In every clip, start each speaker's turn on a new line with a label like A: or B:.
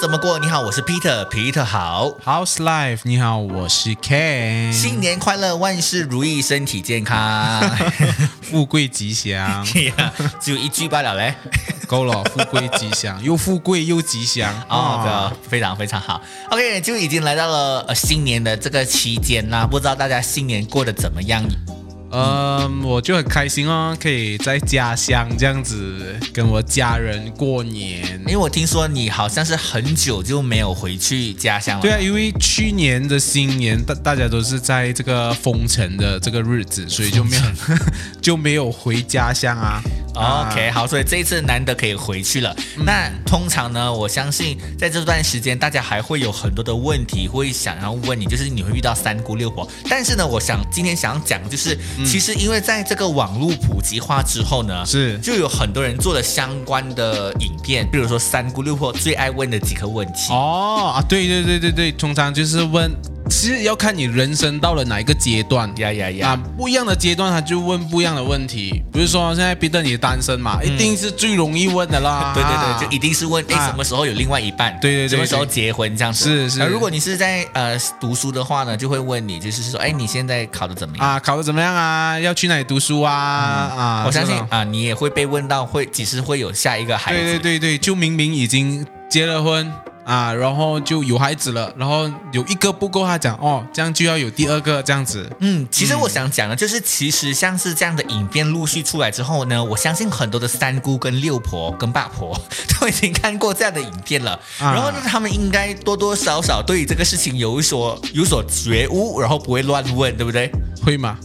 A: 怎么过？你好，我是 Peter，皮特好。
B: House Life，你好，我是 Ken，
A: 新年快乐，万事如意，身体健康。哎
B: 富贵 吉祥，
A: 呀只有一句罢了嘞。
B: 够了，富贵吉 祥，又富贵又吉祥
A: 哦，对
B: 啊
A: 哦，非常非常好。OK，就已经来到了呃新年的这个期间啦，不知道大家新年过得怎么样？
B: 嗯，我就很开心哦，可以在家乡这样子跟我家人过年
A: 因。为我听说你好像是很久就没有回去家乡了。
B: 对啊，因为去年的新年大大家都是在这个封城的这个日子，所以就没有 就没有回家乡啊。嗯
A: OK，好，所以这一次难得可以回去了。那通常呢，我相信在这段时间，大家还会有很多的问题会想要问你，就是你会遇到三姑六婆。但是呢，我想今天想要讲，就是、其实因为在这个网络普及化之后呢，
B: 嗯是
A: 就有很多人做了相关的影片，比如说三姑六婆最爱问的几个问题。
B: 哦啊，对对对对对，通常就是问，其实要看你人生到了哪一个阶段。
A: 呀呀呀！
B: 啊，不一样的阶段他就问不一样的问题，比如说现在彼得你单身嘛，一定是最容易问的啦。
A: 嗯 对对对，就一
B: 一
A: 定是问哎、
B: 啊
A: 什么时候有另外一半，
B: 对对对
A: 什么时候
B: 对
A: 结婚这样子。
B: 是是
A: 而如果你是在呃读书的话呢，就会问你，就是说，哎，你现在考的怎么样？
B: 啊，考得怎么样啊？要去哪里读书啊？啊，
A: 我相信
B: 这种
A: 啊，你也会被问到会几时会有下一个孩子。
B: 对对对对，就明明已经结了婚啊，然后就有孩子了，然后有一个不够，他讲哦，这样就要有第二个这样子。
A: 嗯，其实我想讲的，就是其实像是这样的影片陆续出来之后呢，我相信很多的三姑跟六婆跟八婆都已经看过这样的影片了，
B: 啊
A: 然后呢，他们应该多多少少对于这个事情有所有所觉悟，然后不会乱问，对不 对？
B: 会吗？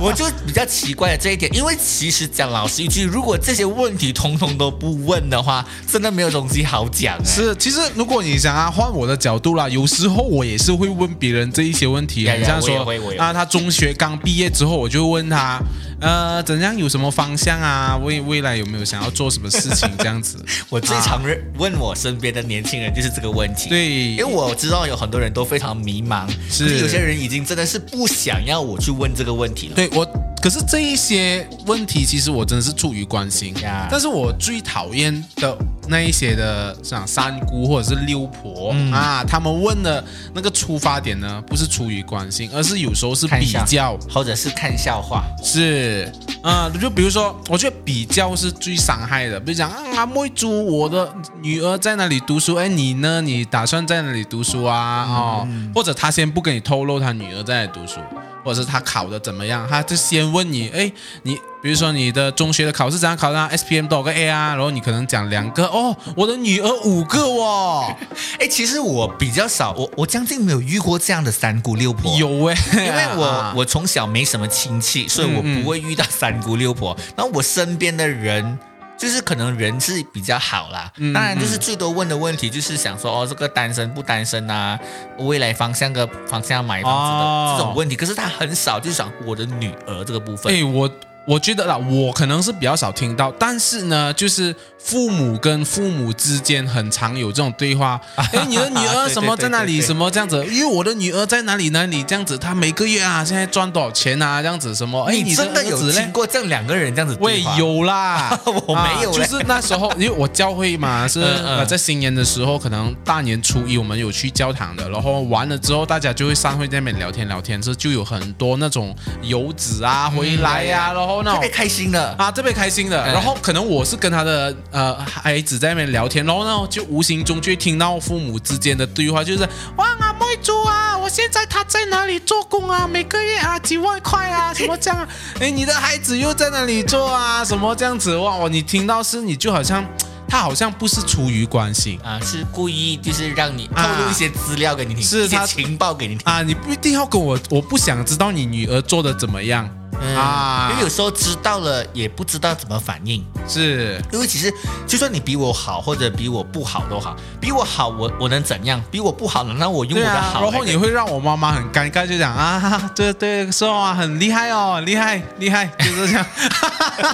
A: 我就比较奇怪的这一点，因为其实讲老实一句，如果这些问题通通都不问的话，真的没有东西好讲、哎
B: 是，其实如果你想啊，换我的角度啦，有时候我也是会问别人这一些问题，
A: 呀呀
B: 很像
A: 我也
B: 说
A: 会我也会
B: 啊，他中学刚毕业之后，我就问他，呃，怎样有什么方向啊？未未来有没有想要做什么事情这样 子？
A: 我最常认问我身边的年轻人就是这个问题。。
B: 对
A: 因为，我知道有很多人都非常迷茫，
B: 是
A: 可有些人已经真的是不想要我去问这个问题了。
B: 对我，可是这一些问题，其实我真的是出于关心
A: 呀
B: 但是我最讨厌的那一些的，像三姑或者是六婆、
A: 嗯
B: 啊，他们问的那个出发点呢，不是出于关心，而是有时候是
A: 看一
B: 比
A: 下
B: 较。
A: 或者是看笑话，
B: 是，啊、就比如说，我觉得比较是最伤害的。比如讲啊，阿妹猪，我的女儿在哪里读书？哎，你呢？你打算在哪里读书啊？
A: 嗯
B: 哦，或者他先不跟你透露他女儿在哪里读书，或者是他考的怎么样，他就先问你，哎，你比如说你的中学的考试怎样考的、啊、？SPM 多少个 A 啊？然后你可能讲两个，哦，我的女儿五个哦，
A: 哎，其实我比较少，我我将近没有遇过这样的三姑六婆。
B: 有哎，
A: 因为我、
B: 啊
A: 我从小没什么亲戚，所以我不会遇到三姑六
B: 嗯
A: 婆。然后我身边的人。就是可能人是比较好啦，
B: 嗯
A: 当然就是最多问的问题就是想说哦，这个单身不单身啊，未来方向个方向买房子的、
B: 哦
A: 这种问题，可是他很少就想我的女儿这个部分。
B: 哎、我我觉得啦，我可能是比较少听到，但是呢，就是父母跟父母之间很常有这种对 话。哎，你的女儿
A: 对
B: 什么
A: 对
B: 在哪
A: 对
B: 里？
A: 对
B: 什么这样子？因为我的女儿在哪里哪里这样子，她每个月啊，现在赚多少钱啊？这样子什么？哎，
A: 你真的
B: 的儿
A: 有
B: 子嘞
A: 听？过这样两个人这样子对
B: 喂
A: 话？，，
B: 有啦
A: 我没有
B: 啊
A: 嘞
B: 就是那时候，因为我教会嘛，是
A: 嗯嗯
B: 呃 在新年的时候，可能大年初一我们有去教堂的，然后完了之后，大家就会散会在那边聊天聊天，这就有很多那种游子啊回来呀、然后那
A: 特
B: 种
A: 别开心的。
B: 啊，特别开心的。
A: 嗯
B: 然后可能我是跟他的呃孩子在那边聊天，然后呢就无形中就会听到父母之间的对话，就是哇啊，妹猪啊，我现在他在哪里做工啊？每个月啊几万块啊，什么这样啊？哎，你的孩子又在哪里做啊？什么这样子哇？我你听到是你就好像他好像不是出于关心。
A: 啊，是故意就是让你透
B: 啊
A: 露一些资料给你听，
B: 是
A: 一些
B: 他
A: 情报给你听。
B: 啊，你不一定要跟我，我不想知道你女儿做的怎么样、
A: 嗯
B: 啊
A: 因为有时候知道了也不知道怎么反应。
B: 是
A: 因为其实就算你比我好，或者比我不好都好，比我好我我能怎样？比我不好难道我用我
B: 对
A: 的
B: 啊，
A: 好来？
B: 然后你会让我妈妈很尴尬，就讲啊，对对，说啊，很厉害哦，厉害厉害，就是这样。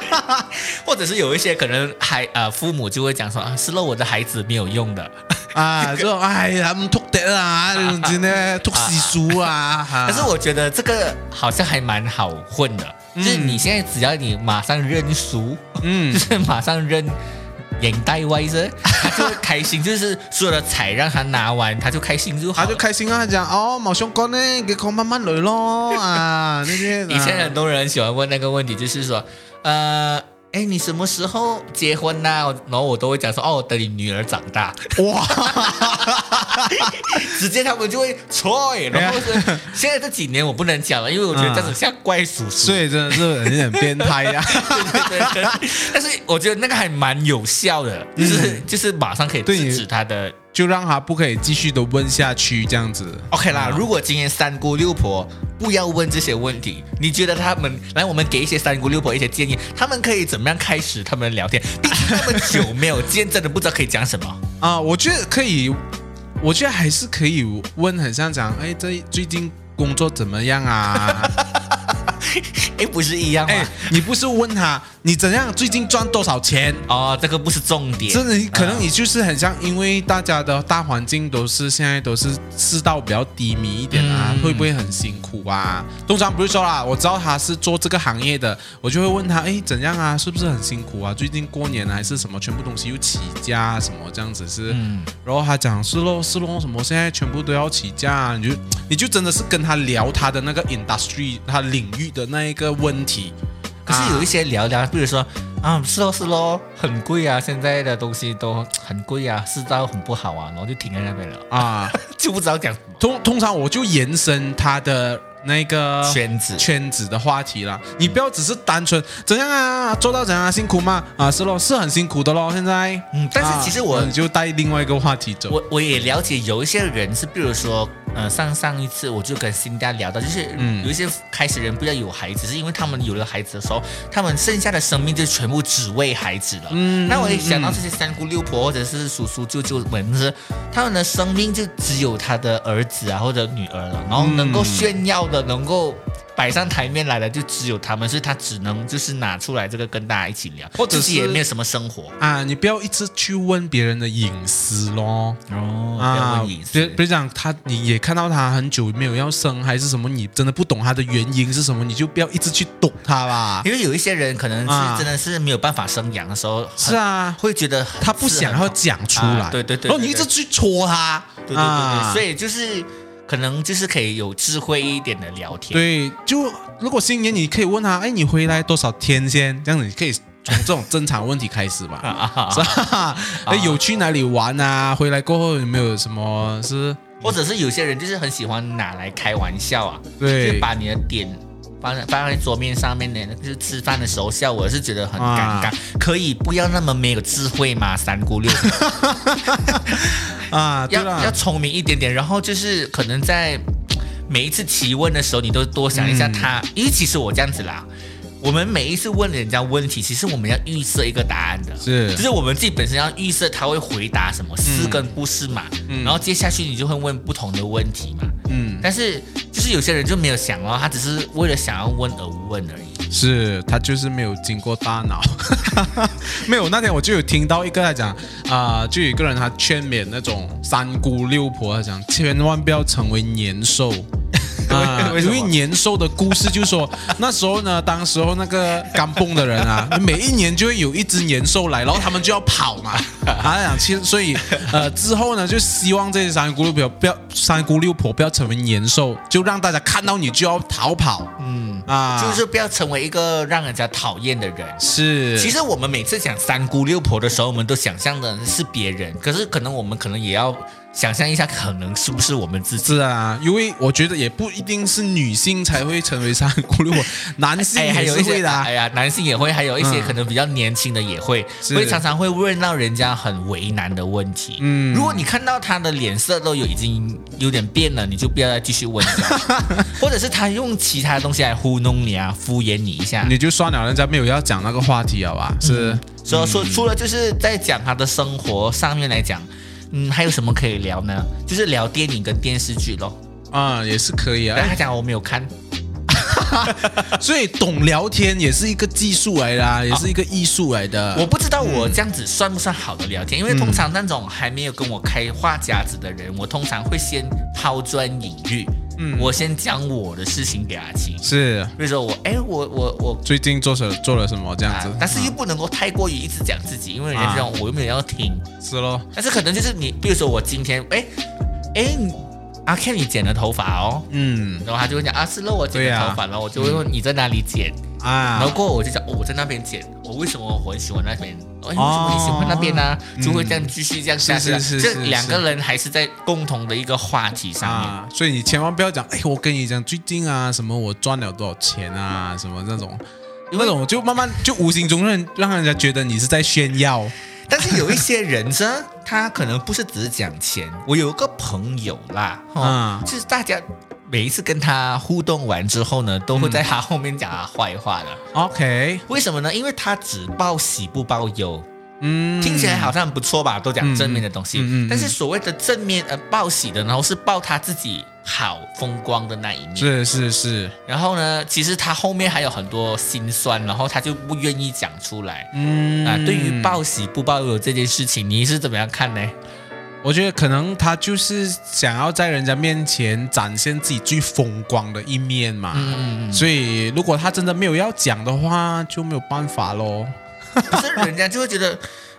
A: 或者是有一些可能还呃父母就会讲说啊，是了我的孩子没有用的。
B: 啊，这种哎，他们吐的啊，真 的吐洗书啊。
A: 可是我觉得这个好像还蛮好混的，就是你现在只要你马上认输，
B: 嗯
A: 就，是马上认眼袋歪着，他就会开心，就是所有的彩让他拿完，他就开心就好
B: 他
A: 了。
B: 就开心啊，他讲哦，冇相干呢，给佢慢慢嚟咯啊，那 些
A: 以前
B: 啊
A: 很多人喜欢问那个问题，就是说，呃，哎，你什么时候结婚呐、然后我都会讲说，哦，我等你女儿长大，
B: 哇，
A: 直接他们就会错。然后是现在这几年我不能讲了，因为我觉得这样子像怪叔叔。
B: 所以真的是有点变态啊呀、
A: 对对对，但是我觉得那个还蛮有效的，就是就是马上可以
B: 对你
A: 制止他的
B: 就让他不可以继续的问下去这样子。
A: OK 啦，
B: 啊
A: 如果今天三姑六婆不要问这些问题，你觉得他们来，我们给一些三姑六婆一些建议，他们可以怎么样开始他们的聊天？毕竟那么久没有 见，真的不知道可以讲什么。
B: 啊，我觉得可以，我觉得还是可以问，很像讲，哎，这最近工作怎么样啊？
A: 哎，不是一样吗？
B: 哎，你不是问他你怎样，最近赚多少钱？
A: 哦，这个不是重点，
B: 真的，可能
A: 啊
B: 你就是很像，因为大家的大环境都是现在都是世道比较低迷一点啊，
A: 嗯
B: 会不会很辛苦啊？通常不是说啦，我知道他是做这个行业的，我就会问他，哎，怎样啊？是不是很辛苦啊？最近过年还是什么，全部东西又起价、啊、什么这样子是，
A: 嗯
B: 然后他讲是咯是咯，什么现在全部都要起价、啊，你就你就真的是跟他聊他的那个 industry 他领域的那一个问题。
A: 可是有一
B: 一
A: 些聊聊，比如说啊，是咯是咯，很贵啊，现在的东西都很贵啊，世道很不好啊，然后就停在那边了，
B: 啊，
A: 就不知道讲什么。
B: 通通常我就延伸他的那个
A: 圈子
B: 圈子的话题啦。你不要只是单纯怎样啊，做到怎样啊，辛苦吗？啊，是咯，是很辛苦的咯。现在，
A: 嗯但是
B: 啊
A: 其实我
B: 你就带另外一个话题走。
A: 我我也了解有一些人是，比如说，呃，上上一次我就跟新家聊到，就是
B: 嗯
A: 有一些开始人不要有孩子，是因为他们有了孩子的时候，他们剩下的生命就全部只为孩子了。
B: 嗯
A: 那我也想到这些三姑六婆或者是叔叔舅舅们，就是他们的生命就只有他的儿子啊或者女儿了，然后能够
B: 嗯
A: 炫耀的，能够摆上台面来的就只有他们，所以他只能就是拿出来这个跟大家一起聊，
B: 或者
A: 自己也
B: 是
A: 没有什么生活
B: 啊，你不要一直去问别人的隐私咯。
A: 哦
B: 啊，
A: 隐私。
B: 别别讲他，你也看到他很久没有要生还是什么，你真的不懂他的原因是什么，你就不要一直去懂他吧。
A: 因为有一些人可能是
B: 啊
A: 真的是没有办法生养的时候，
B: 是啊，
A: 会觉得
B: 他不想要讲出来，
A: 啊对对对
B: 然后
A: 对
B: 你一
A: 对
B: 直去戳他，
A: 对对对对，
B: 啊
A: 所以就是可能就是可以有智慧一点的聊天。
B: 对，就如果新年你可以问他，哎，你回来多少天先？这样子你可以从这种正常问题开始吧。
A: 啊啊
B: 是吧？ 哎，有去哪里玩啊？回来过后有没有什么是？
A: 或者是有些人就是很喜欢拿来开玩笑啊，
B: 对
A: 就把你的点放在放在桌面上面的，就是吃饭的时候笑，我是觉得很尴
B: 啊
A: 尬。可以不要那么没有智慧吗？三姑六婆
B: 啊，对
A: 要要
B: 了，
A: 聪明一点点，然后就是可能在每一次提问的时候，你都多想一
B: 嗯
A: 下他，因为其实我这样子啦。我们每一次问人家问题，其实我们要预设一个答案的，
B: 是
A: 就是我们自己本身要预设他会回答什么，是跟不是嘛，
B: 嗯
A: 然后接下去你就会问不同的问题嘛，
B: 嗯，
A: 但是就是有些人就没有想哦，他只是为了想要问而问而已。
B: 是他就是没有经过大脑， 没有。那天我就有听到一个他讲啊、就有一个人他劝勉那种三姑六婆，他讲千万不要成为 年兽。啊，
A: 为什
B: 因
A: 么
B: 为年兽的故事就是说，那时候呢，当时候那个干蹦的人 啊，每一年就会有一只年兽来，然后他们就要跑嘛。啊，讲其实所以呃之后呢，就希望这些三姑六婆不要三姑六婆不要成为年兽，就让大家看到你就要逃跑
A: 嗯，
B: 啊。
A: 就是不要成为一个让人家讨厌的人。
B: 是，
A: 其实我们每次讲三姑六婆的时候，我们都想象的是别人，可是可能我们可能也要想象一下，可能是不是我们自己？
B: 是啊，因为我觉得也不一定是女性才会成为三姑六婆，男性
A: 哎，还
B: 也
A: 有
B: 是
A: 一些
B: 会的啊、
A: 哎呀，男性也会，还有一些
B: 嗯
A: 可能比较年轻的也会，
B: 是
A: 会常常会问到人家很为难的问题。
B: 嗯
A: 如果你看到他的脸色都有已经有点变了，你就不要再继续问了， 或者是他用其他东西来糊弄你啊，敷衍你一下。
B: 你就算了，人家没有要讲那个话题啊好吧？是，
A: 所以说，
B: 嗯
A: 除了就是在讲他的生活上面来讲，嗯，还有什么可以聊呢？就是聊电影跟电视剧咯。
B: 啊、也是可以啊
A: 但。他讲我没有看，
B: 所以懂聊天也是一个技术来的、啊，也是一个艺术来的。啊
A: 我不知道我这样子算不算好的聊天，因为
B: 嗯
A: 通常那种还没有跟我开话匣子的人，我通常会先抛砖引玉。
B: 嗯
A: 我先讲我的事情给阿青，
B: 是
A: 比如说我，哎，我我我。
B: 最近做什做了什么这样
A: 啊
B: 子？啊
A: 但是又不能够太过于一直讲自己，因为人家这种我又没有要听。
B: 是咯，
A: 但是可能就是你，比如说我今天，哎哎，你阿 Ken 你剪了头发哦，
B: 嗯
A: 然后他就会讲啊嗯是了我剪
B: 对
A: 的
B: 啊
A: 头发了，我就会问你在哪里剪，然
B: 啊
A: 后，过后我就讲、哦、我在那边剪，我为什么我很喜欢那边，哦、哎为嗯什么你喜欢那边呢、就会这样继续这样下去啊，
B: 是是是
A: 这
B: 是
A: 两个人还是在共同的一个话题上面。
B: 啊，所以你千万不要讲，哎，我跟你讲最近啊，什么我赚了多少钱啊，什么那种，那种就慢慢就无形中让让人家觉得你是在炫耀
A: 但是有一些人呢，他可能不是只是讲钱。我有一个朋友啦，哦
B: 嗯
A: 就是大家每一次跟他互动完之后呢，都会在他后面讲他坏话的。
B: ，OK，
A: 为什么呢？因为他只报喜不报忧，
B: 嗯，
A: 听起来好像很不错吧？都讲正面的东西，
B: 嗯嗯嗯嗯
A: 但是所谓的正面呃报喜的，然后是报他自己好风光的那一面。
B: 是是是，
A: 然后呢，其实他后面还有很多心酸，然后他就不愿意讲出来。
B: 嗯
A: 啊，对于报喜不报忧这件事情，你是怎么样看呢？
B: 我觉得可能他就是想要在人家面前展现自己最风光的一面嘛。
A: 嗯，
B: 所以，如果他真的没有要讲的话，就没有办法喽。
A: 可是人家就会觉得，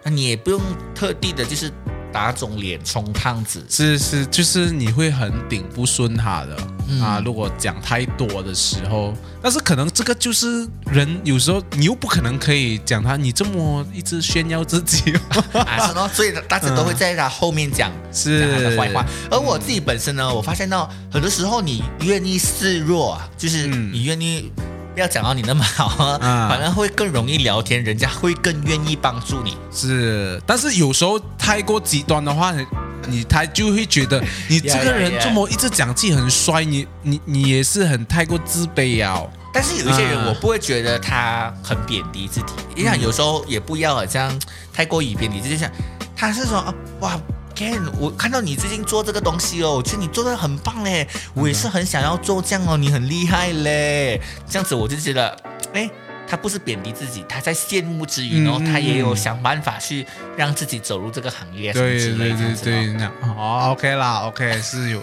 A: 啊你也不用特地的，就是打肿脸充胖 子。
B: 是是，就是你会很顶不顺他的、
A: 嗯
B: 啊。如果讲太多的时候，但是可能这个就是人有时候你又不可能可以讲他，你这么一直炫耀自 己，
A: 啊，是咯，所以大家都会在他后面讲
B: 是
A: 讲他的坏话。而我自己本身呢，我发现到很多时候你愿意示弱啊，就是
B: 嗯
A: 你愿意。不要讲到你那么好啊，
B: 啊
A: 反而会更容易聊天，人家会更愿意帮助你。
B: 是，但是有时候太过极端的话，你你他就会觉得你这个
A: Yeah, yeah,
B: 人
A: yeah.
B: 这么一直讲自己很衰，你你你也是很太过自卑呀。
A: 但是有一些人，
B: 啊
A: 我不会觉得他很贬低自己，因为有时候也不要好像太过于贬低，就是像他是说啊，哇，Ken，我看到你最近做这个东西哦，我觉得你做的很棒嘞，我也是很想要做这样哦，你很厉害嘞，这样子我就觉得，哎。他不是贬低自己，他在羡慕之余，
B: 嗯
A: 然后他也有想办法去让自己走入这个行业什么
B: 对
A: 之类
B: 对
A: 的。这样
B: 对
A: 子啊
B: 对，
A: 咯
B: 那样哦，OK 啦，OK 是有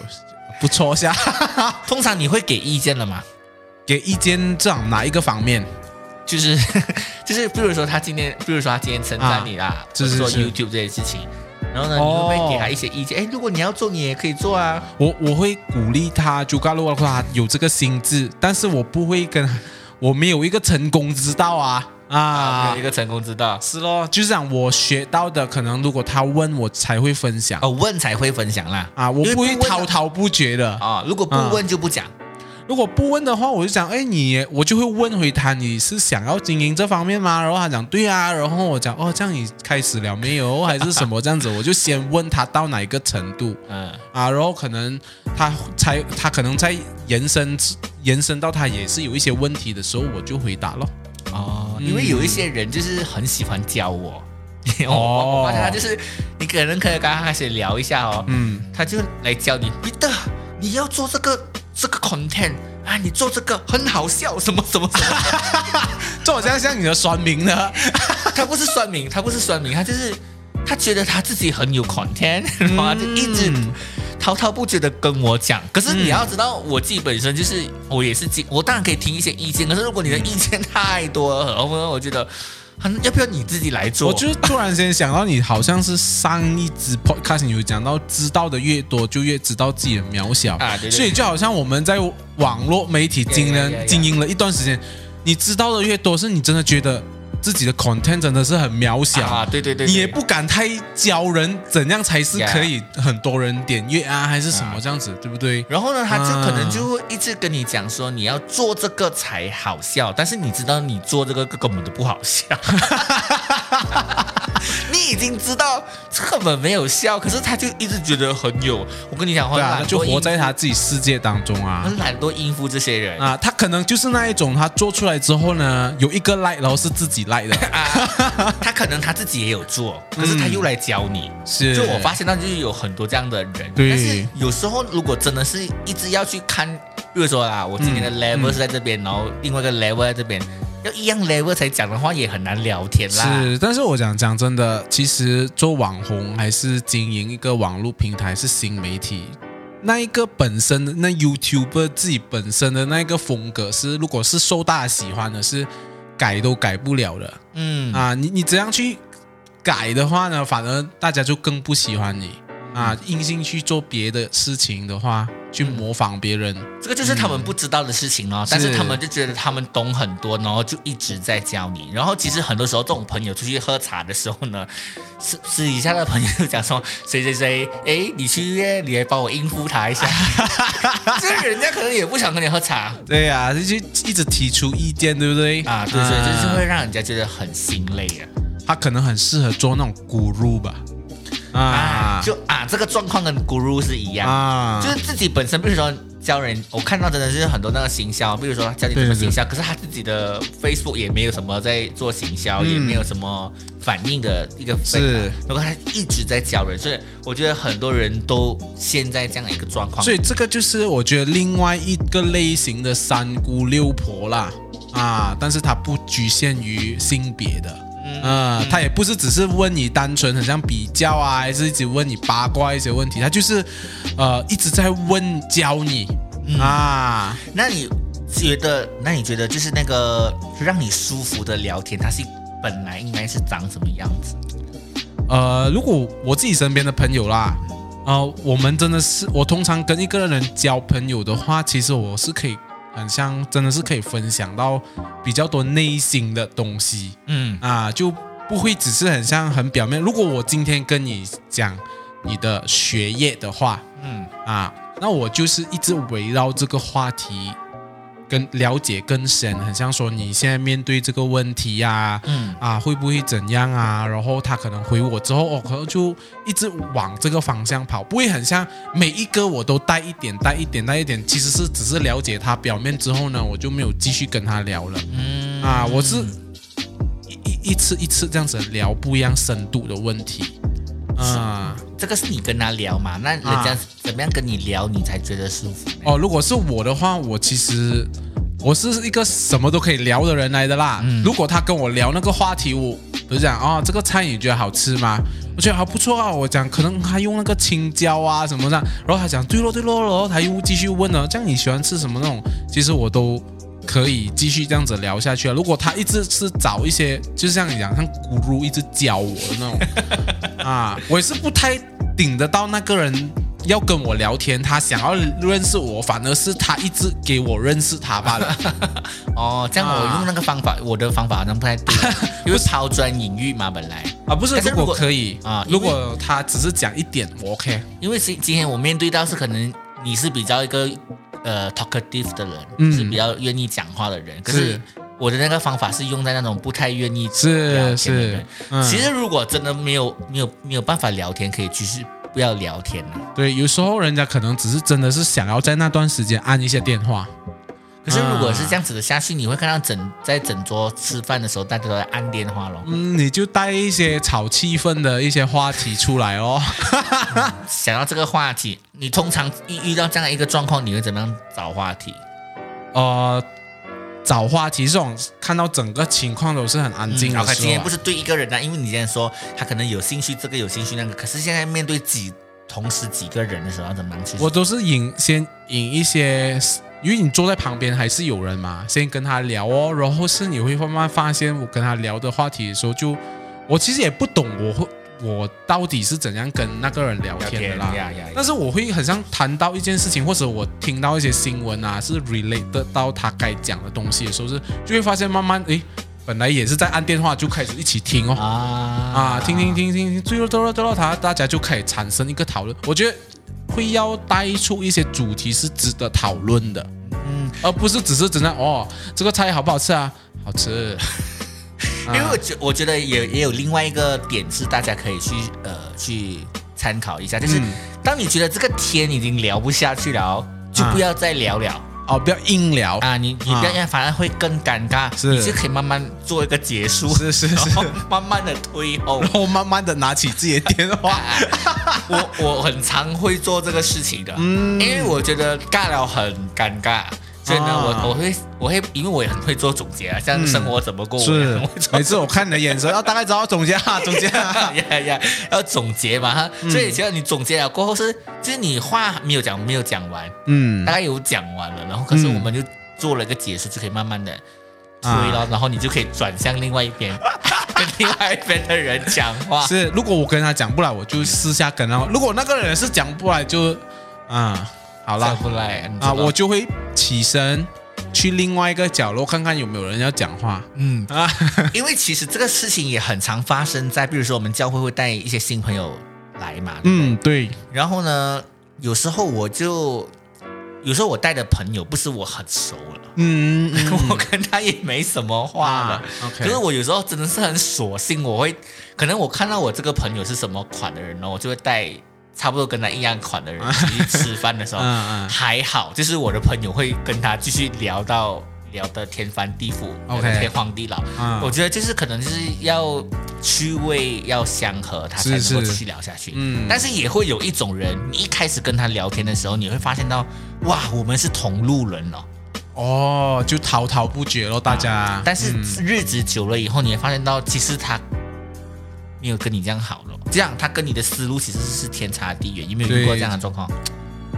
B: 不错下
A: 通常你会给意见了吗？
B: 给意见，这样哪一个方面？
A: 就是 就是，比如说他今天，比如说他今天称赞你啦，
B: 啊是是
A: 做
B: 是
A: YouTube 这件事情，然后呢，你会
B: 哦
A: 不会给他一些意见？哎，如果你要做，你也可以做啊。
B: 我我会鼓励他，就告诉他有这个心智，但是我不会跟，我没有一个成功之道啊
A: 啊，
B: 啊
A: 没有一，个成功之道
B: 是咯，就是讲我学到的，可能如果他问我才会分享。
A: 哦，问才会分享啦
B: 啊，我
A: 因为
B: 不会
A: 问的
B: 滔滔不绝的。
A: 啊，如果不
B: 啊
A: 问就不讲。
B: 如果不问的话，我就讲，哎，你我就会问回他，你是想要经营这方面吗？然后他讲对啊，然后我讲哦，这样你开始了没有，还是什么这样子？我就先问他到哪一个程度
A: 嗯，
B: 啊，然后可能他才他可能在延伸延伸到他也是有一些问题的时候，我就回答咯。
A: 哦，
B: 嗯
A: 因为有一些人就是很喜欢教我。
B: 哦
A: 我我发现他就是，你可能可以跟他开始聊一下哦，
B: 嗯，
A: 他就来教你，Peter，你要做这个这个 content 啊，你做这个很好笑，什么什么什么。
B: 这好像像你的酸民呢，
A: 他不是酸民，他不是酸民，他就是他觉得他自己很有 content，然后他就
B: 嗯
A: 一直滔滔不绝的跟我讲。可是你要知道，我自己本身就是我也是经，我当然可以听一些意见，可是如果你的意见太多了，然后呢，我觉得。嗯要不要你自己来做？
B: 我就突然间想到，你好像是上一支 podcast 你有讲到，知道的越多，就越知道自己的渺小
A: 啊对对
B: 所以就好像我们在网络媒体经营
A: Yeah, yeah, yeah, yeah
B: 经营了一段时间，你知道的越多，是你真的觉得自己的 content 真的是很渺小。
A: 啊，对对对，
B: 你也
A: 对
B: 不敢太教人怎样才是
A: Yeah
B: 可以很多人点阅啊，还是什
A: 啊
B: 么这样子，对不对？
A: 然后呢，他就
B: 啊
A: 可能就会一直跟你讲说你要做这个才好笑，但是你知道你做这个根本就不好笑， 你已经知道这根本没有笑，可是他就一直觉得很有。我跟你讲，很
B: 对啊，
A: 懒
B: 就
A: 惰应
B: 活
A: 付
B: 在他自己世界当中啊。
A: 很懒惰应付这些人。
B: 啊，他可能就是那一种，他做出来之后呢，有一个 like，然后是自己 like 的，
A: 啊，他可能他自己也有做，可是他又来教你。
B: 是
A: 就我发现到，就是有很多这样的人，
B: 对
A: 但是有时候如果真的是一直要去看，比如说啦，啊我今天
B: 嗯
A: 的 level 是在这边，然后另外一个 level 在这边，要一样 level 才讲的话，也很难聊天啦。
B: 是，但是我讲讲真的，其实做网红还是经营一个网络平台是新媒体，那一个本身的那 YouTuber 自己本身的那一个风格是，如果是受大家喜欢的，是改都改不了的
A: 嗯，
B: 啊。你你怎样去改的话呢？反而大家就更不喜欢你啊。硬性去做别的事情的话，去模仿别人，
A: 这个就是他们不知道的事情
B: 嗯
A: 哦，但是他们就觉得他们懂很多，然后就一直在教你。然后其实很多时候，这种朋友出去喝茶的时候呢， 私私底下的朋友就讲说，谁谁谁，哎，你去约，你来帮我应付他一 下。就是人家可能也不想跟你喝茶
B: 对呀、就就一直提出意见，对不对？
A: 啊，对，所以就是会让人家觉得很心累啊。
B: 他可能很适合做那种 guru 吧，
A: 啊
B: 啊，，
A: 就啊，这个状况跟 guru 是一样，
B: 啊，
A: 就是自己本身，比如说教人，我看到真的是很多那个行销，比如说他教你怎么行销，可是他自己的 Facebook 也没有什么在做行销，
B: 嗯
A: 也没有什么反应的一个分
B: 是
A: 啊，然后他一直在教人，所以我觉得很多人都陷在这样的一个状况
B: 所。以这个就是我觉得另外一个类型的三姑六婆啦，啊，但是它不局限于性别的，嗯，它也不是只是问你单纯很像比较啊，还是一直问你八卦一些问题，它就是呃一直在问教你、啊，
A: 那你觉得，那你觉得就是那个让你舒服的聊天，它是本来应该是长什么样子？
B: 呃，如果我自己身边的朋友啦。啊，我们真的是，我通常跟一个人交朋友的话，其实我是可以很像，真的是可以分享到比较多内心的东西。
A: 嗯
B: 啊，就不会只是很像很表面。如果我今天跟你讲你的学业的话
A: 嗯
B: 啊，那我就是一直围绕这个话题跟了解更深，很像说你现在面对这个问题呀、啊。
A: 嗯，
B: 会不会怎样啊？然后他可能回我之后，哦，可能就一直往这个方向跑，不会很像每一个我都带一点、带一点、带一点，其实是只是了解他表面之后呢，我就没有继续跟他聊了。
A: 嗯
B: 啊，我是一一一次一次这样子聊不一样深度的问题，啊、
A: 这个是你跟他聊嘛？那人家怎么样跟你聊，你才觉得舒服呢？
B: 哦，如果是我的话，我其实我是一个什么都可以聊的人来的啦。如果他跟我聊那个话题，我比如讲哦，这个菜你觉得好吃吗？我觉得还不错啊。我讲可能他用那个青椒啊什么的，然后他讲对咯对咯，然后他又继续问了，这样你喜欢吃什么那种？其实我都。可以继续这样子聊下去啊！如果他一直是找一些，就像你讲，像咕噜一直教我的那种，啊，我也是不太顶得到那个人要跟我聊天，他想要认识我，反而是他一直给我认识他 罢了。
A: 哦，这样我用那个方法，
B: 啊
A: 我的方法好像不太 对，因为抛砖引玉嘛，本来。
B: 啊，不是，
A: 但是
B: 如
A: 如果
B: 果可以
A: 啊因为
B: 如果他只是讲一点，我 OK。
A: 因为今今天我面对到是可能你是比较一个呃 talkative 的人，
B: 嗯
A: 是比较愿意讲话的人，可是
B: 是
A: 我的那个方法是用在那种不太愿意聊
B: 是
A: 天的
B: 是
A: 人。，
B: 嗯
A: 其实如果真的没有没有没有办法聊天，可以继续不要聊天啊了。
B: 对，有时候人家可能只是真的是想要在那段时间按一些电话，
A: 可是如果
B: 嗯
A: 是这样子的下去，你会看到整在整桌吃饭的时候，大家都在按电话咯。
B: 嗯，你就带一些炒气氛的一些话题出来 哦。
A: 想到这个话题，你通常一遇到这样的一个状况，你会怎么样找话题？
B: 呃，找话题这种，看到整个情况都是很安静的时候
A: 嗯
B: 啊、
A: OK，今天不是对一个人啊，因为你之前说他可能有兴趣这个有兴趣那个，可是现在面对几同时几个人的时候，要怎么样去？
B: 我都是引先引一些，因为你坐在旁边还是有人嘛，先跟他聊哦，然后是你会慢慢发现，我跟他聊的话题的时候就，我其实也不懂我会我到底是怎样跟那个人聊天的啦。
A: 呀呀
B: 但是我会很像谈到一件事情，或者我听到一些新闻啊，是 relate 得到他该讲的东西的时候，是就会发现慢慢诶，本来也是在按电话就开始一起听哦，
A: 啊啊
B: 啊，听听，听听听，最后到了到了他，大家就可以产生一个讨论。我觉得会要带出一些主题是值得讨论的，
A: 嗯，
B: 而不是只是只能哦，这个菜好不好吃啊？好吃，
A: 因
B: 啊
A: 为我觉我觉得也也有另外一个点是大家可以去呃去参考一下，就是
B: 嗯
A: 当你觉得这个天已经聊不下去了，就不要再聊了。
B: 哦，不要硬聊，
A: 啊，你你
B: 啊
A: 不要，反而会更尴尬，
B: 是
A: 你就可以慢慢做一个结束，
B: 是是是
A: 然后慢慢的推后
B: 然。后慢慢的拿起自己的电话，
A: 我我很常会做这个事情的，
B: 嗯
A: 因为我觉得尬聊很尴尬，所以呢，
B: 啊嗯
A: 我我会我会，因为我也很会做总结啊，像生活怎么过，我也
B: 是
A: 很会， 做
B: 每。次我看你的眼神，要大概知道总结啊，总结啊，
A: 呀呀，要总结嘛哈，
B: 嗯
A: 所以只要你总结了过后是，就是你话没有讲没有讲完，
B: 嗯
A: 大，概有讲完了，然后可是我们就做了一个解释，就可以慢慢的推了，
B: 啊
A: 然后你就可以转向另外一边， 跟另外一边的人讲话。
B: 是。如果我跟他讲不来，我就私下跟他；如果那个人是讲不来，就啊，好啦
A: 讲不来你知
B: 啊，
A: 道
B: 我就会起身去另外一个角落看看有没有人要讲话
A: 嗯，
B: 啊。
A: 因为其实这个事情也很常发生在，比如说我们教会会带一些新朋友来嘛，
B: 嗯，对，
A: 然后呢，有时候我就，有时候我带的朋友不是我很熟了，
B: 嗯嗯 嗯，
A: 我跟他也没什么话了。
B: 啊，OK
A: 可是我有时候真的是很索性，我会可能我看到我这个朋友是什么款的人呢，我就会带差不多跟他一样款的人去吃饭的时候，
B: 嗯嗯
A: 还好，就是我的朋友会跟他继续聊到聊得天翻地覆聊
B: OK
A: 得天荒地老。
B: 嗯
A: 我觉得就是可能就是要趣味要相合，他才
B: 是
A: 能
B: 是
A: 够继续聊下去。
B: 嗯
A: 但是也会有一种人，你一开始跟他聊天的时候，你会发现到哇，我们是同路人了。
B: 哦，就滔滔不绝咯，大家。
A: 但是
B: 嗯
A: 日子久了以后，你会发现到其实他没有跟你这样好了，这样他跟你的思路其实是天差地远。有没有遇过
B: 对
A: 这样的状况？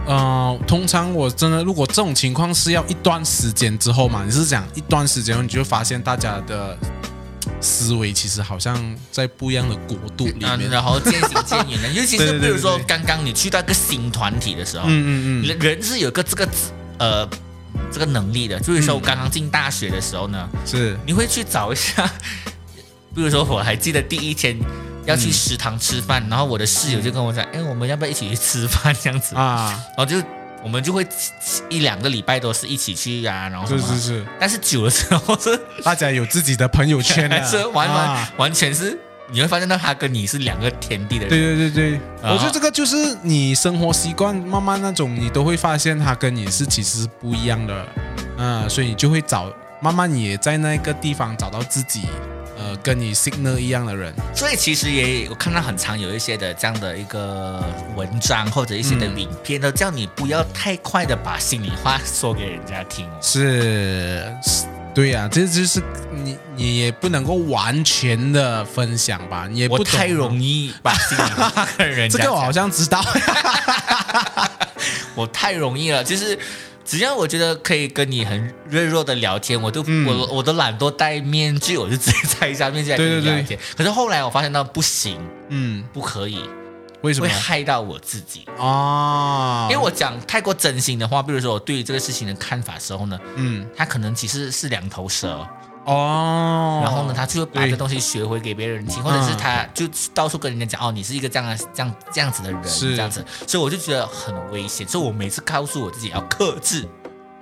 B: 呃，通常我真的，如果这种情况是要一段时间之后嘛，你是讲一段时间后，你就会发现大家的思维其实好像在不一样的国度里
A: 嗯，
B: 面。
A: 然后渐行渐远 的，尤其是
B: 对对对
A: 比如说
B: 对对
A: 刚刚你去到一个新团体的时候，
B: 嗯嗯嗯，
A: 人人是有个这个呃这个能力的。
B: 嗯
A: 就是说我刚刚进大学的时候呢，
B: 是
A: 你会去找一下， 比如说我还记得第一天。要
B: 嗯
A: 去食堂吃饭，然后我的室友就跟我讲：“哎，我们要不要一起去吃饭？”这样子，
B: 啊，
A: 然后就我们就会一两个礼拜都是一起去啊，然后什
B: 是
A: 么
B: 是是，
A: 但是久了之后是
B: 大家有自己的朋友圈
A: 还
B: 啊，
A: 是完完、
B: 啊
A: 完全是你会发现到他跟你是两个天地的人。
B: 对对对对，
A: 啊
B: 我觉得这个就是你生活习惯，慢慢那种你都会发现它跟你是其实是不一样的，嗯，所以你就会找，慢慢也在那个地方找到自己，呃，跟你 signal 一样的人，
A: 所以其实也我看到很常有一些的这样的一个文章或者一些的
B: 嗯
A: 影片，都叫你不要太快的把心里话说给人家听哦。
B: 是，是对呀、这就是你你也不能够完全的分享吧，你也不
A: 我太
B: 易。
A: 容易把心里话跟人
B: 这
A: 家
B: 个
A: 讲，
B: 我好像知道，
A: 我太容易了，就是只要我觉得可以跟你很热络的聊天，我都、
B: 嗯
A: 我我都懒惰戴面具，我就直接摘下面具来跟你
B: 对对对
A: 聊天。可是后来我发现到不行，
B: 嗯，
A: 不可以，
B: 为什么
A: 会？害到我自己。
B: 哦，
A: 因为我讲太过真心的话，比如说我对于这个事情的看法时候呢，
B: 嗯，
A: 他可能其实是两头蛇，
B: 哦，
A: 然后呢，他就会把
B: 对
A: 这东西学回给别人听，或者是他就到处跟人家讲哦，你是一个这样的这样这样子的人，
B: 是
A: 这样子，所以我就觉得很危险，所以我每次告诉我自己要克制，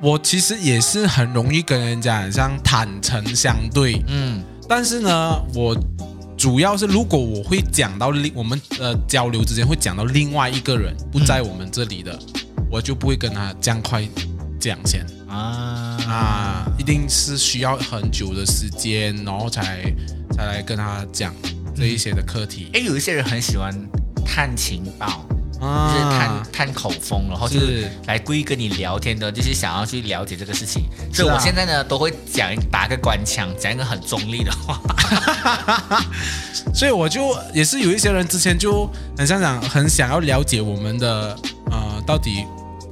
B: 我其实也是很容易跟人家很像坦诚相对，
A: 嗯。
B: 但是呢，我主要是如果我会讲到另我们呃交流之间会讲到另外一个人不在我们这里的，我就不会跟他这样快讲先
A: 啊
B: 啊，一定是需要很久的时间，然后才才来跟他讲这一些的课题、
A: 哎，有一些人很喜欢探情报，就
B: 啊
A: 是探探口风，然后就是
B: 是
A: 来故意跟你聊天的，就是想要去了解这个事情。所以
B: 是啊
A: 我现在呢，都会讲打个官腔，讲一个很中立的话。
B: 所以我就也是有一些人之前就很想想很想要了解我们的呃到底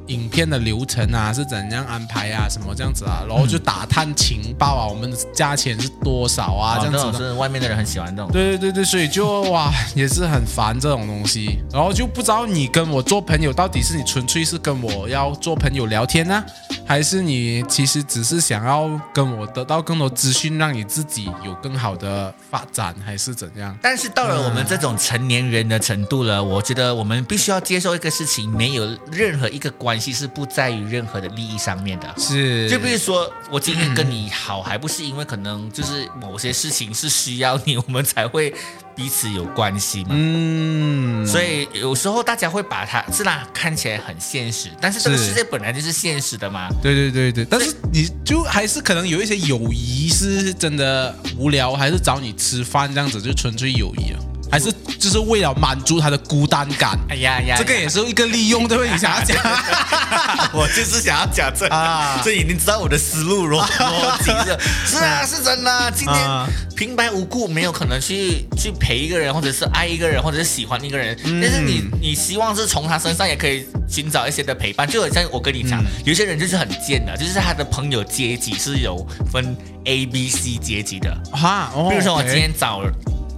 B: 影片的流程啊是怎样安排啊什么这样子啊，然后就打探情报啊，我们的价钱是多少啊、这
A: 这
B: 样
A: 种
B: 子的。
A: 是外面的人很喜欢这种。
B: 对对对对，所以就哇也是很烦这种东西，然后就不知道你跟我做朋友到底是你纯粹是跟我要做朋友聊天呢、还是你其实只是想要跟我得到更多资讯，让你自己有更好的发展，还是怎样？
A: 但是到了我们这种成年人的程度了，我觉得我们必须要接受一个事情，没有任何一个关系是不在于任何的利益上面的。
B: 是
A: 就比如说，我今天跟你好，还不是因为可能就是某些事情是需要你，我们才会彼此有关系嘛。
B: 嗯，
A: 所以有时候大家会把它是啦，看起来很现实，但是这个
B: 是
A: 世界本来就是现实的嘛。
B: 对对对对，但是你就还是可能有一些友谊是真的无聊，还是找你吃饭这样子，就纯粹友谊啊。还是就是为了满足他的孤单感？
A: 哎呀呀，
B: 这个也是一个利用，对不对？你想要讲，
A: 我就是想要讲这个，
B: 啊
A: 所以你知道我的思路 逻逻辑了。 是啊，是真的。今
B: 啊
A: 天平白无故没有可能去去陪一个人，或者是爱一个人，或者是喜欢一个人，但是你你希望是从他身上也可以寻找一些的陪伴。就好像我跟你讲，有些人就是很贱的，就是他的朋友阶级是有分 A、B、C 阶级的。
B: 哈，哦
A: 比如说我
B: OK
A: 今天找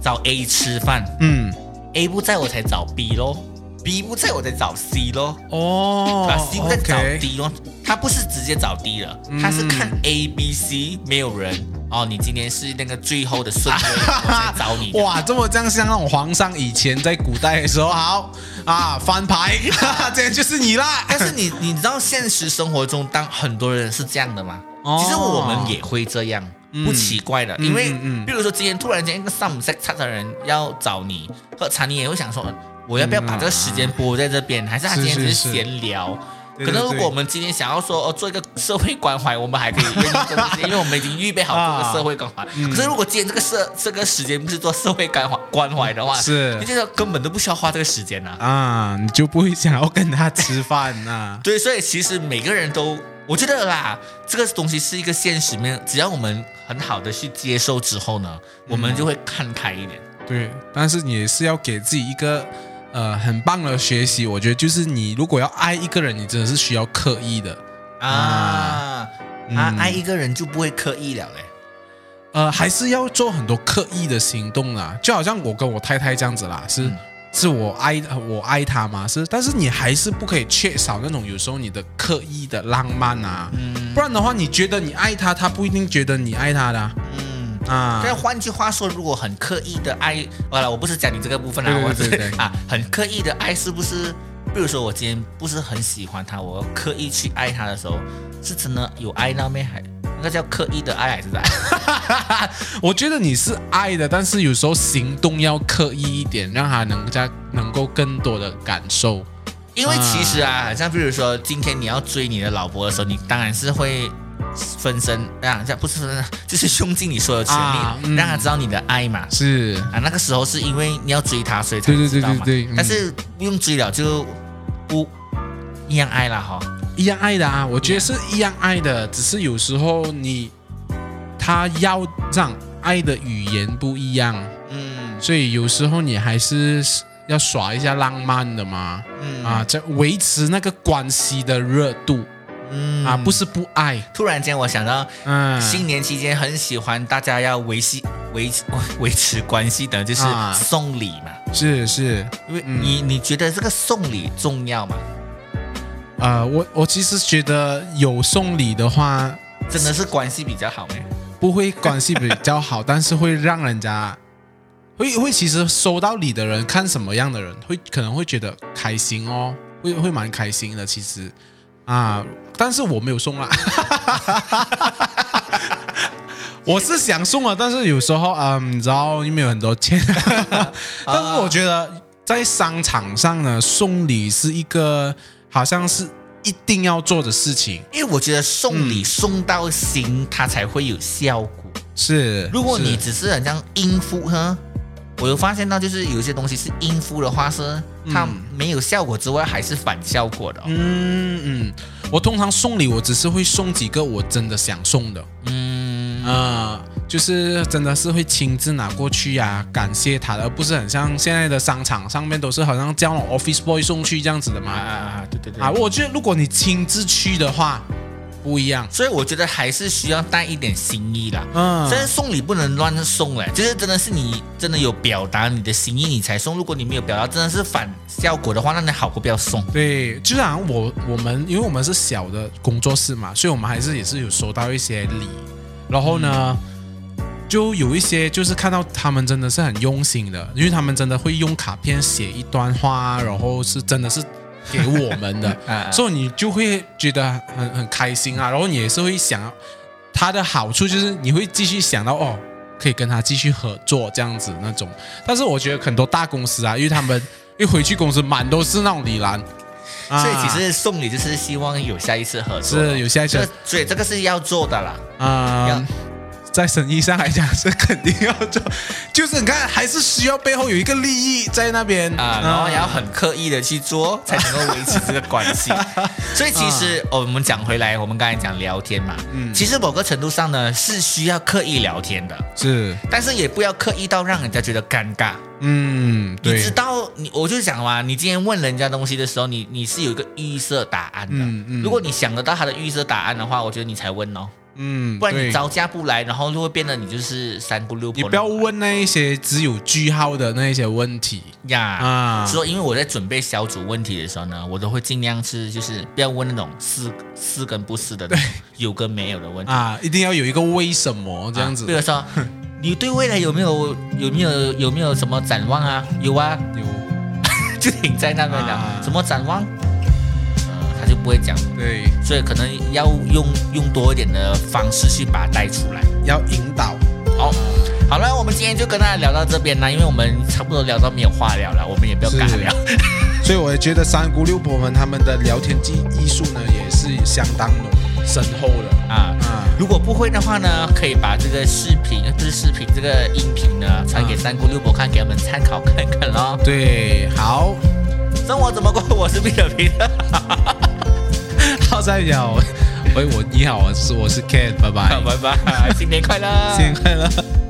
A: 找 A 吃饭
B: 嗯，
A: ，A 不在我才找 B 咯，B 不在我才找 C 咯。
B: 哦
A: 把 C 再找
B: OK 嗯
A: D 哦，他不是直接找 D 了，他是看 A、B、C 没有人哦，你今天是那个最后的顺位，我才找你的。
B: 哇，这么这样像那种皇上以前在古代的时候，好啊，翻牌， 哈哈这样就是你 啦。
A: 但是你 你知道现实生活中，当很多人是这样的吗？
B: 哦
A: 其实我们也会这样，不奇怪的，
B: 嗯
A: 因为
B: 嗯嗯
A: 比如说今天突然间一个上午在差的人要找你喝茶，你也会想说，呃我要不要把这个时间拨在这边，还是他今天只
B: 嗯是
A: 是
B: 是是
A: 闲聊？
B: 对
A: 可能
B: 对
A: 如
B: 对
A: 果我们今天想要说哦做一个社会关怀，我们还可以愿意做这些，因为我们已经预备好这
B: 啊
A: 个社会关怀。
B: 嗯
A: 可是如果今天这个社这个时间不是做社会关怀关怀的话，
B: 是
A: 你就说根本都不需要花这个时间呐、、
B: 啊，你就不会想要跟他吃饭啊呐
A: 对，所以其实每个人都，我觉得啦，这个东西是一个现实面，只要我们很好的去接受之后呢，
B: 嗯
A: 我们就会看开一点。
B: 对，但是你也是要给自己一个呃很棒的学习。我觉得就是你如果要爱一个人，你真的是需要刻意的。
A: 啊
B: 啊
A: 啊
B: 嗯！
A: 爱一个人就不会刻意了嘞。
B: 呃，还是要做很多刻意的行动啦，就好像我跟我太太这样子啦，是、
A: 嗯
B: 是我爱我爱她嘛，是，但是你还是不可以缺少那种有时候你的刻意的浪漫啊，不然的话，你觉得你爱她，她不一定觉得你爱她的啊
A: 嗯，
B: 啊
A: 但换句话说，如果很刻意的爱，完了，我不是讲你这个部分啊，
B: 对对
A: 我
B: 对对
A: 是啊，很刻意的爱是不是？比如说我今天不是很喜欢他，我刻意去爱他的时候，是真的有爱到咩？还那个叫刻意的爱还是在？
B: 我觉得你是爱的，但是有时候行动要刻意一点，让她能加能够更多的感受。
A: 因为其实啊，像比如说今天你要追你的老婆的时候，你当然是会分身让这不是分身，就是用尽你所有权力、
B: 啊嗯
A: 让他知道你的爱嘛。
B: 是，
A: 啊，那个时候是因为你要追他，所以才知道嘛。
B: 对对对对对嗯
A: 但是不用追了就不一样爱了哈。
B: 一样爱的啊，我觉得是一样爱的，只是有时候你他要让爱的语言不一样，
A: 嗯
B: 所以有时候你还是要耍一下浪漫的嘛，
A: 嗯
B: 啊，这维持那个关系的热度
A: 嗯
B: 啊，不。是不爱，
A: 突然间我想到，
B: 嗯，
A: 新年期间很喜欢大家要维系维维持关系的，就是
B: 啊
A: 送礼嘛。
B: 是是，
A: 因为
B: 嗯
A: 你你觉得这个送礼重要吗？
B: 呃，我我其实觉得有送礼的话，
A: 真的是关系比较好咩？
B: 不会关系比较好，但是会让人家会会其实收到礼的人看什么样的人，会可能会觉得开心哦，会会蛮开心的。其实啊，但是我没有送啦， 我是想送啊，但是有时候嗯，你知道因为有很多 钱，但是我觉得在商场上呢，送礼是一个好像是一定要做的事情，
A: 因为我觉得送礼送到心，它才会有效果。
B: 是
A: 如果
B: 是
A: 你只是很像应付呵，我有发现到，就是有一些东西是应付的话是，它没有效果之外，还是反效果的哦、
B: 嗯嗯，我通常送礼，我只是会送几个我真的想送的，
A: 嗯
B: 啊，就是真的是会亲自拿过去呀、感谢他的，而不是很像现在的商场上面都是好像叫那种 office boy 送去这样子的
A: 啊
B: 嘛。
A: 啊啊！对对对
B: 啊，我觉得如果你亲自去的话，不一样。
A: 所以我觉得还是需要带一点心意啦。
B: 嗯
A: 虽，然送礼不能乱送嘞，就是真的是你真的有表达你的心意你才送，如果你没有表达，真的是反效果的话，那你好过不要送。，
B: 对，就像我我们，因为我们是小的工作室嘛，所以我们还是也是有收到一些礼，然后呢，就有一些就是看到他们真的是很用心的，因为他们真的会用卡片写一段话，然后是真的是给我们的
A: 啊
B: 所以你就会觉得很很开心啊，然后你也是会想要，它的好处就是你会继续想到哦，可以跟他继续合作这样子那种。但是我觉得很多大公司啊，因为他们一回去公司满都是那种李兰，啊
A: 所以其实送礼就是希望有下一次合作咯。
B: 是有下一
A: 这
B: 次
A: 个所以这个是要做的啦，
B: 啊、
A: 要
B: 呃在生意上来讲是肯定要做，就是你看还是需要背后有一个利益在那边
A: 啊，然后也要很刻意的去做，才能够维持这个关 系。所以其实、哦我们讲回来，我们刚才讲聊天嘛，嗯，其实某个程度上呢是需要刻意聊天的，
B: 是，
A: 但是也不要刻意到让人家觉得尴尬。
B: 嗯，
A: 你知
B: 对，
A: 道，你我就讲嘛，你今天问人家东西的时候，你你是有一个预设答案的。
B: 嗯嗯
A: 如果你想得到他的预设答案的话，我觉得你才问哦，
B: 嗯，
A: 不然你
B: 对
A: 招架不来，然后就会变得你就是三不六婆。
B: 你不要问那一些只有句号的那一些问题
A: 呀
B: 啊
A: 说，因为我在准备小组问题的时候呢，我都会尽量是就是不要问那种是是跟不是的那种，有跟没有的问题。啊
B: 啊，一定要有一个为什么这样子
A: 比。如说，你对未来有没有有没有有没有什么展望啊？有啊，
B: 有
A: 就停在那边了。
B: 啊
A: 什么展望？呃，他就不会讲，
B: 对，
A: 所以可能要用用多一点的方式去把它带出来。
B: 要引导。
A: 好，好了，我们今天就跟大家聊到这边啦，因为我们差不多聊到没有话聊了，我们也不要
B: 是
A: 尬聊。
B: 所以我觉得三姑六婆们他们的聊天技艺术呢，也是相当浓深厚的
A: 啊。
B: 啊。
A: 如果不会的话呢，可以把这个视频，呃不是视频，这个音频呢，传给三姑六婆看，给我们参考看看咯。
B: 对，好，
A: 生活怎么过？我是毕特皮特，
B: 好再聊。喂，我你好，我是我是 Ken，拜拜，
A: 哎拜拜，新年快乐，
B: 新年快乐。